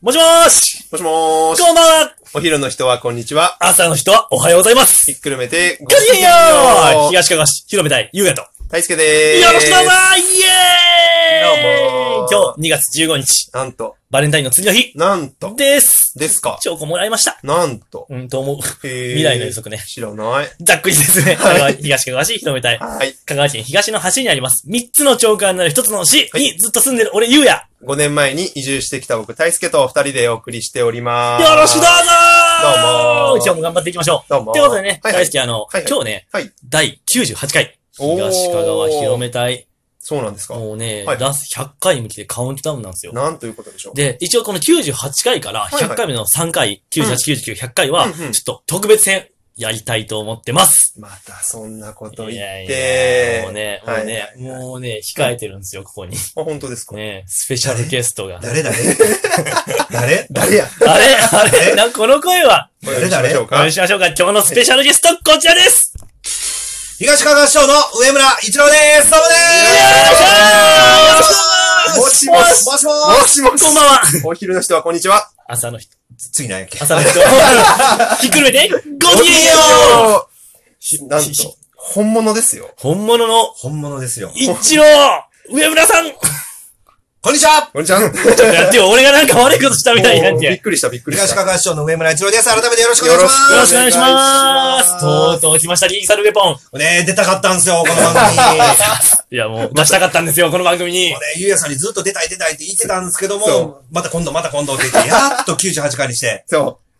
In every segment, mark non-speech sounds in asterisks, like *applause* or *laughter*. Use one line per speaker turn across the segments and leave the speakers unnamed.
もしもーし
もしもーし。
こんばんは
お昼の人はこんにちは。
朝の人はおはようございます
ひっくるめて、ご
巨人よー
よ
東かがし、広めたい、ゆうやと。よ
大輔でーす。
ろしくどうぞイエーイ
どうも
今日2月15日、
なんと、
バレンタインの次の日
なんと、
です
ですか。
チョコもらいました
なんと、
うんと思う。未
未
来の予測ね。
知らない。
ざっくりですね。
はい
これは東かがし、広めたい。
はい。
香川県東の端にあります。3つの町からなる1つの市
はい
にずっと住んでる俺、ゆうや
5年前に移住してきた僕、大輔と2人でお送りしておりまーす。
よろしくどうぞ
どうも
今日も頑張っていきましょう
どうも。
ということでね、
はいはい
大好きあの、
はいはい
今日ね、
はい
第98回、
おー
東香川広めたい。
そうなんですか。
もうね、
はい
ラス100回に向けてカウントダウンなんですよ。
なんということでしょう。
で、一応この98回から
はいはい
100回目の3回、98、99、100回は、
う
ち
んう
ょ
ん
っと特別編やりたいと思ってます。
またそんなこと
い
言
や
っ
い
て
や、もうね、も
は
う
い
ね、もうね、控えてるんですよ、ここに。
あ、本当ですか。
ね、スペシャルゲストが。
誰誰 *laughs* 誰
誰や
あれあれな、この声は、
お
誰
呼びしましょう
お願
か
い。しましょうか。今日のスペシャルゲスト、こちらです
東川市長の上村一郎ですどうもで
よろし
ーす
もしもし
もしも
も
し
しもし
こんばんは
お昼の人はこんにちは。
朝の人、
次なんやっけ
朝の
*laughs*
人、ひっくるめて、ごきげんよう
ひなんと、本物ですよ。
本物の、
本物ですよ。
一郎上村さんちょ
こんにちは
こんにちは。
*laughs* っとやってよ、俺がなんか悪いことしたみたいになっ。
びってくりした、びっくりし
東
た。
川市長の上村一郎です。改めてよろしくお願いします
よろしくお願いしま
お願いします
すとうとう来ました、リーサルウェポン
ねえ、出たかったんですよ、この番組に。
いや、もう出したかったんですよ、この番組に
もう。ね、ゆうやさんにずっと出たい出たいって言ってたんですけど
そ
も、また今度また今度って言って、やっと98回にして、
そ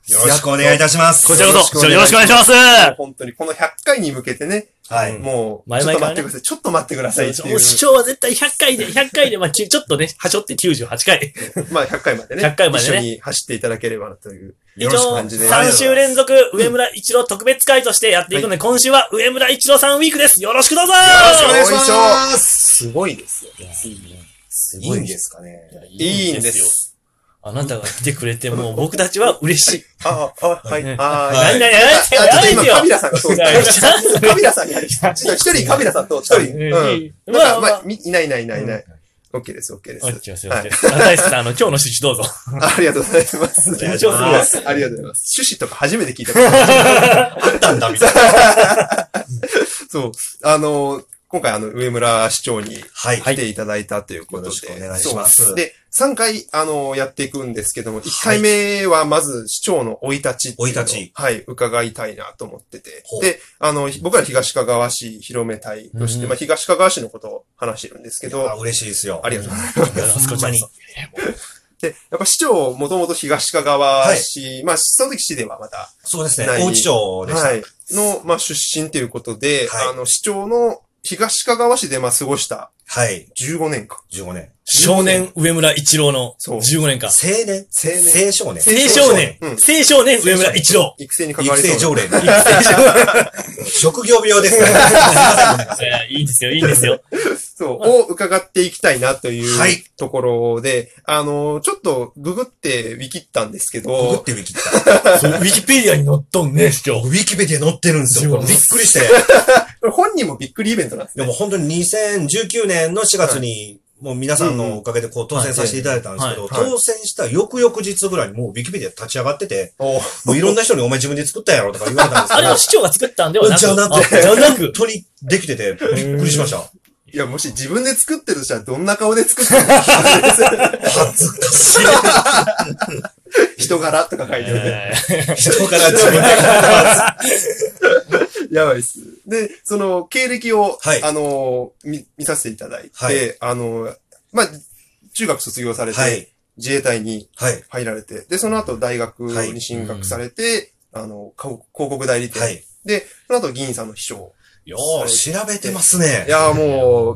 よろしくお願いいたします。
こちらこそ、よ
よ
ろ
ろ
し
し
く
く
お願い
お
します
う。もう本当に、この100回に向けてね、
はい。
もう、
前
ちょ
々
っと
から
待
ね
ってください。ちょっと待ってくださいってい
も
う
う。師匠は絶対100回で、100回で、まあ、ちちょっとね、はしょって98回。
まあ、100回までね。
100回までね
一緒に走っていただければなという。
以
よろしくお
上、
願
感
い
じで
3週連続、上村一郎特別会としてやっていくので、今週は上村一郎さんウィークです。よろしくどうぞ
します。
すごいですよ。
す
いいんですかね。
いいんです。
あなたが来てくれて、もう僕たちは嬉しい。
ああ、あはい、
ね
あ
何
あ。
々、何
ちょっと
々、や
今、カビ
めてよ。
ラさんがそう
いやいや
カビラさんに、ちょっと一人、カビラさんと一人。うん。
うん
なんか、
ま
ま
あまあ
あ、みいないいないいないいない。オッケーです、オッケーです。
あ、違う、違う、違う。
はい
あ大輔さん、あの、今日の趣旨どうぞ。
ありがとうございます。。
お願いします
ありがとうございます。趣旨とか初めて聞いたことない。
あったんだ、みたいな。
そう。あの、今回あの、上村市長に
はい。
来ていただいたということで。
よろしくお願いします
そうで、3回、あの、やっていくんですけども、1回目はまず市長の生い立ちってうのを
生い立ち
はい、伺いたいなと思ってて
ほ。う
で、あの、僕ら東かがわ市広め隊として、
うん
まあ、東かがわ市のことを話してるんですけ
いや
ど、
嬉しいですよ。
ありがとうございます。
いやこちらこそ
で、やっぱ市長、もともと東かがわ市、まあ、その時市ではまた
そうですね。
ない
大内町でした。
はい。の、まあ、出身ということで、
はい
あの、市長の東かがわ市で、まあ、過ごした
はい。
15年間。
15年。
少年上村一郎の
そう
15年間。
青年
青年
青少年。
青少年
う、ん
青少年上村一
*laughs*
郎。
育成に関わ
育
り
成
そう
条 *laughs*
な。
例の。職業病ですね。
いやいいんですよ、いいんですよ。
そう、を伺っていきたいなという、
はい
ところで、あの、ちょっとググってウィキったんですけ
ググっ
ど、
てウィキった。
そうウィキペディアに載っとんね、市長
ウ。ィキペディア載ってるんですよ。
15
びっくりして。
これ本人もびっくりイベントなんです
で
ね。
も本当に2019年の4月に、もう皆さんのおかげでこう当選させていただいたんですけど、
はいはい
当選した翌々日ぐらいにもうウィキペディア立ち上がってて、
お
もういろんな人にお前自分で作ったやろとか言われたんです
あ
け
れ
ど
は、市長が作ったんではなく。
じゃなく
あじゃなく。
本当にできてて、びっくりしました。
いや、もし自分で作ってるとしたらどんな顔で作ってるの
*laughs* 恥ずかし
*laughs*
い。
人柄とか書いてあるね。
え
*laughs* 人から自分で
やばいっす。で、その、経歴を、
はい
あのー、見、見させていただいて、
はい
あのー、まあ、中学卒業されて、
はい。
自衛隊に
はい。
入られて、で、その後大学
はい
に進学されて、あの、か広告代理店、
はい。
で、その後議員さんの秘書。
ーよ
おー、調べてますね
い。やーもう、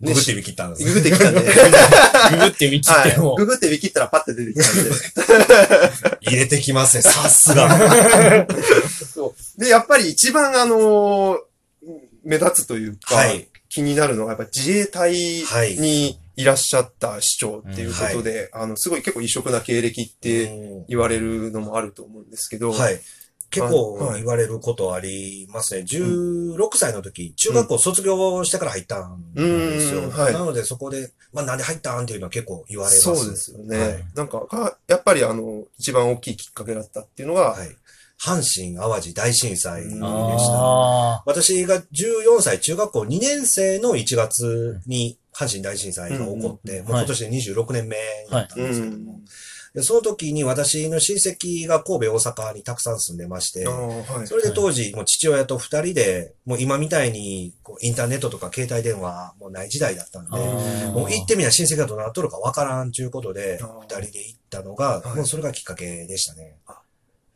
ググって
ね
見切ったんですね
ググってき
*laughs*
たんで、
ーググってウィキ
は
っ
い
ても。
ググって見切ったらパッて出てきたんで。
入れてきます
*laughs*
ね、さすが。
で、やっぱり一番あのー目立つというか、
はい。
気になるのが、やっぱ自衛隊にいらっしゃった市長っていうことで、あの、すごい結構異色な経歴って言われるのもあると思うんですけど、
はい。結構
はい
言われることありますね。16歳の時、中学校卒業してから入ったんです
う
よ。
んはい
なのでそこで、まあなんで入ったんっていうのは結構言われます。
そうですよね。
はい
なんかが、やっぱりあの、一番大きいきっかけだったっていうのが、
はい。阪神淡路大震災でし
うん
た。
あ
私が14歳、中学校2年生の1月に阪神大震災が起こって、
うん
もう今年で26年目になったん
う
ですけども、
ん。
でその時に私の親戚が神戸、大阪にたくさん住んでまして
あ、あ、はい
そ。れで当時、もう父親と二人で、もう今みたいに、こう、インターネットとか携帯電話もない時代だったんで、
あー
もう行ってみりゃ親戚がどうなっとるかわからんちゅうことで
あ、ー
二人で行ったの
は
が、
い
もうそれがきっかけでしたね。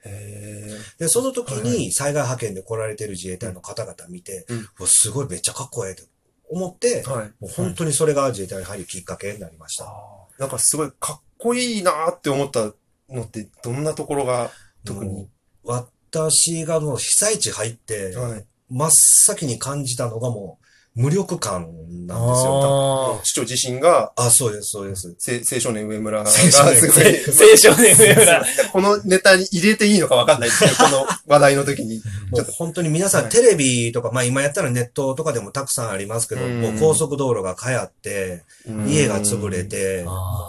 へ
で、その時
は
に災害派遣で来られてる自衛隊の方々見て、
うん
うわすごいめっちゃかっこええと思って
え。、はい。
もう本当にそれが自衛隊に入るきっかけになりました。
なんかすごいかっこいいなーって思ったのって、どんなところが、特に。
もう。私がもう被災地入って、
はい。
真っ先に感じたのがもう無力感
あ。
なんですよ。
市長自身が、
あ、そうです、そうです。
青青少年上村が
青少年
すご
せ
い、
*laughs* 青少年上村。
このネタに入れていいのかわかんない *laughs* ですけど、この話題の時に。
もう本当に皆
は
さん
い
テレビとか、まあ今やったらネットとかでもたくさんありますけど、
うん
もう高速道路がかやって、家が潰れて、
あ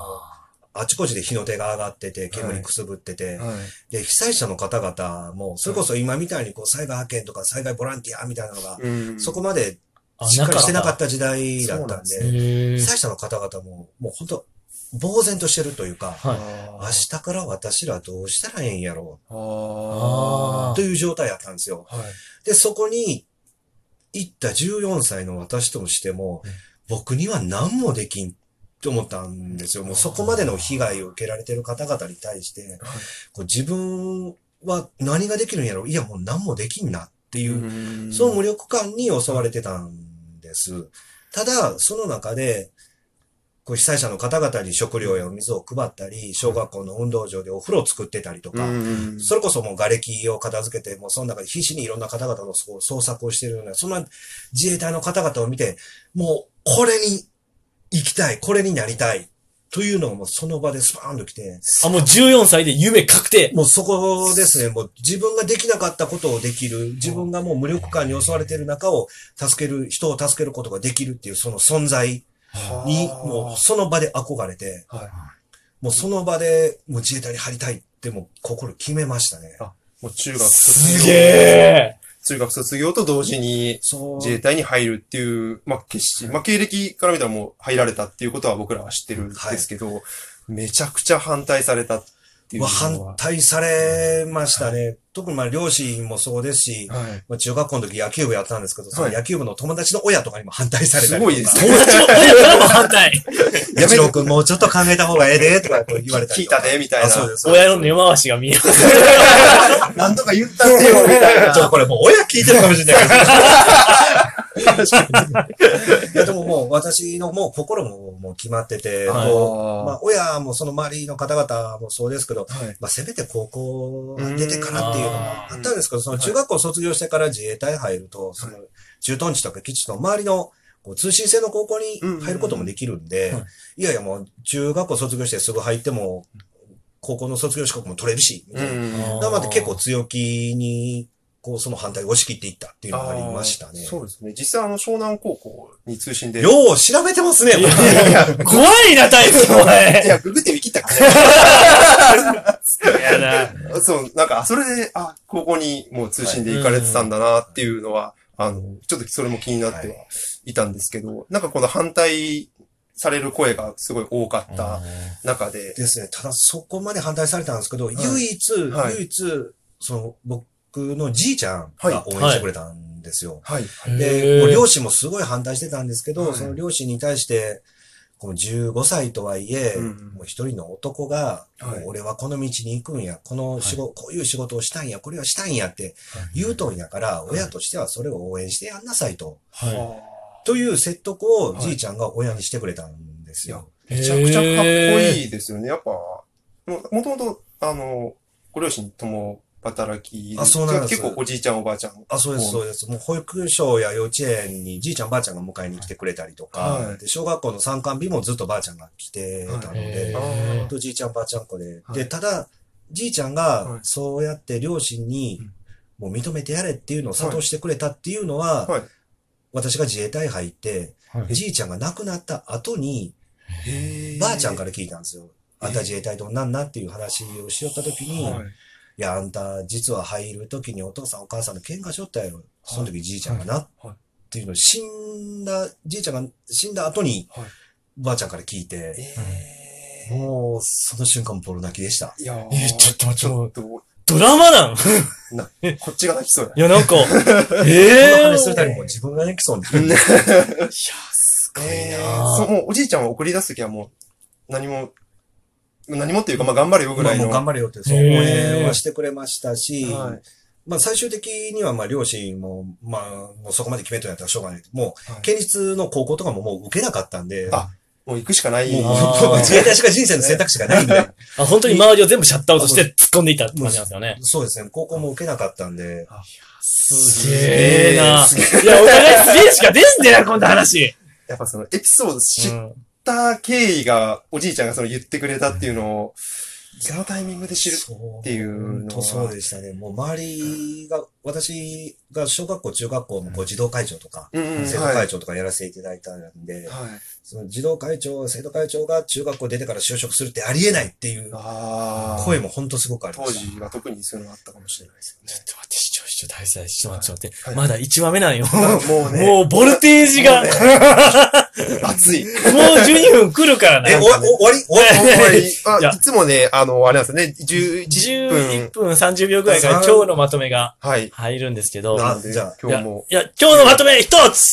あちこちで火の手が上がってて、煙くすぶってて、
はい。
で、被災者の方々も、それこそ今みたいにこう災害派遣とか災害ボランティアみたいなのが、
うん
そこまで
あ
しっかりしてなか
っ
った時代だったん
そう
で、
たへ
被
ー
災者の方々も、もう本当、呆然としてるというか、
はい。
あ
明日から私らどうしたらええんやろ
あ
あ
う、という状態だったんですよ。
ー。はい。
で、そこに行った14歳の私としても、
うん
僕には何もできんって思ったんですよ。もうそこまでの被害を受けられてる方々に対して、こう自分は何ができるんやろいや、もう何もできんなっていう
うん
その無力感に襲われてたんです。ただ、その中で、こう被災者の方々に食料やお水を配ったり、小学校の運動場でお風呂を作ってたりとか、
うん
それこそもう瓦礫を片付けて、もうその中で必死にいろんな方々のそう捜索をしてるような、そんな自衛隊の方々を見て、もうこれに行きたい、これになりたい、というのがもうその場でスパーンと来て、
あ、もう14歳で夢確定。
もうそこですね、もう自分ができなかったことをできる、自分がもう無力感に襲われてる中を助ける、人を助けることができるっていうその存在に、
はあ
もうその場で憧れて、
はい
もうその場でもう自衛隊に入りたいってもう心決めましたね。
もう中学卒業。
すげえ。
中学卒業と同時に
そう。
自衛隊に入るっていう、まあ、決心。まあ、経歴から見たらもう入られたっていうことは僕らは知ってるんですけど、めちゃくちゃ反対されたっていうの
は
は。
反対されましたね。特にまあ両親もそうですし、
はい。
まあ中学校の時野球部やったんですけど、その
はい
野球部の友達の親とかにも反対された
す
りと
ご
か。
いです
もう
ね。
ちょっと親からも反対。
やめ
一郎
ろ、
君もうちょっと考えた方がええで、とかこう言われた
聞
り
い
とか。
たで、みたい
あ、そう
な。
で
*laughs*
す。
親の根回しが見えます。
なんとか言ったってよ、みたい
*laughs*
な。
ちょっとこれもう親聞いてるかもしれないけど。いや、でももう私のもう心ももう決まってて、
はい
もう
あ
まあ親もその周りの方々もそうですけど、
ーはい
まあせめて高校出てからっていうのもあったんですけど、その
はい
中学校卒業してから自衛隊入ると、その駐屯地とか基地の周りのこう通信制の高校に入ることもできるんで
うんうんうんは、
いやいやもう中学校卒業してすぐ入っても、高校の卒業資格も取れるし、みたいな
うん
なので結構強気に、こう、その反対を押し切っていったっていうのがありましたね。
あーそうですね。実際あの、湘南高校に通信で。
よう調べてますね、
いや
いやいや、
怖いな、タイプ、お
い
前。
や、ググって見切ったから
やだ。
ね。そう、なんか、それで、あ、高校にもう通信で行かれてたんだなっていうのは、あの、ちょっとそれも気になってはいたんですけど、なんかこの反対される声がすごい多かった中で、
ですね。ただそこまで反対されたんですけど、
い
唯一、
はい
唯一、その、僕のじいちゃんが応援してくれたんですよ。
はい。
で、も
両
う両親もすごい反対してたんですけど、
はい
その両親に対して、この15歳とはいえ、
うん
もう一人の男が、
はい
もう俺はこの道に行くんや、この仕事、こういう仕事をしたんや、これはしたいんやって
はい
言うとんやから、親としてはそれを応援してやんなさいと、
は
という説得を
はい
じいちゃんが親にしてくれたんですよ。
い。
めちゃくちゃかっこ
い。
いいですよね。やっぱ、ももともと、あの、ご両親とも働き、
あそうなんです
結構おじいちゃんおばあちゃん。
あ、そうです、
こ
そうです。もう保育所や幼稚園にじいちゃんばあちゃんが迎えに来てくれたりとか、
はい
で小学校の参観日もずっとばあちゃんが来てたの
は
で、
い
へー
あー
ほんとじいちゃんばあちゃん子で。
はい
で、ただ、じいちゃ
は
ん
い
が、そうやって両親に
うん、
もう認めてやれっていうのを諭してくれたっていうのは、
はい
私が自衛隊入って、
はい
じいちゃんが亡くなった後に、
へー
ばあちゃんから聞いたんですよ。あんた自衛隊どんなんなっていう話をしよった時に、
はい
い、や、あんた実は入る時にお父さんお母さんの喧嘩しよったやろ。その時じいちゃんがな
はい
っていうのを死んだ、じいちゃんが死んだ後に
はい、
ばあちゃんから聞いて、
えー
もうその瞬間ボロ泣きでした。
いやー
え、ちょっと待
ち
って、
ょ
も
っ
う、
と、
ドラマなん
こっちが泣きそうや。
いや、なんか、
こ
え
の
え
話するたびもう自分が泣きそうになる。
すごい
え
な
ーそう、もうおじいちゃんを送り出すときはもう、何も、何もっていうか、まあ頑張れよぐら
まあ
い
も
の。
う頑張れよって、そう、応
へー
援はしてくれましたし、
はい
まあ最終的にはまあ両親も、まあもうそこまで決めとんやったらしょうがない。も、
はいう
県立の高校とかももう受けなかったんで、
あもう行くしかない。
も
あー
う自衛隊しか人生の選択肢がないんで、
あ、本当に周りを全部シャットアウトして突っ込んでいったって感じなんですよね。
そうですね、高校も受けなかったんで、
*laughs*
すげえな。いや、お互いすげえしか出んねえな、こんな話。
やっぱそのエピソード知
う
っ
ん
た経緯が、おじいちゃんがその言ってくれたっていうのを、そのタイミングで知る
そう
っていう
本
の
当
は。
そうでしたね。もう周りが、私が小学校、中学校もこう児童会長とか、
うんうん、
生徒
はい。は
会
い。
長とかやらせていただいたんで、その児童会長、生徒会長が中学校出てから就職するってありえないっていう
ああ。
声も本当すごくありま
当
した。
時は特にそういうのがあったかもしれないです
ちょっと待って、視聴、視聴、大事ちょっと待って、ちょっと待って。
はい
まだ1話目なんよ。
よね。もうね、
もう、ボルテージが、もう
熱 *laughs* い。
12分来るからな。
え、おわお終わり終わり
ほん *laughs* まに
いや
あいつもね、あの、あれなんですよね、11
11
分。
分30秒ぐらいから今日のまとめが
はい。
入るんですけど、
あ
なんで、
じゃあ
い
今
や、
日
い
も、
や、今日のまとめ一つ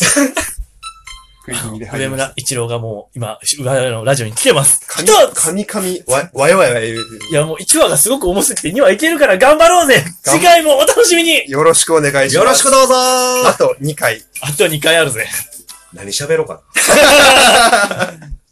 食い気味で入
上
りました
村一郎がもう今、我々のラジオに来てます。一つ
神々、わ、わやわや言う。
いや、もう1話がすごく面白くて2話いけるから頑張ろうぜ
頑張
次回もお楽しみに
よろしくお願いします。
よろしくどうぞ
あと2回。
あと2回あるぜ。
何喋ろうかな。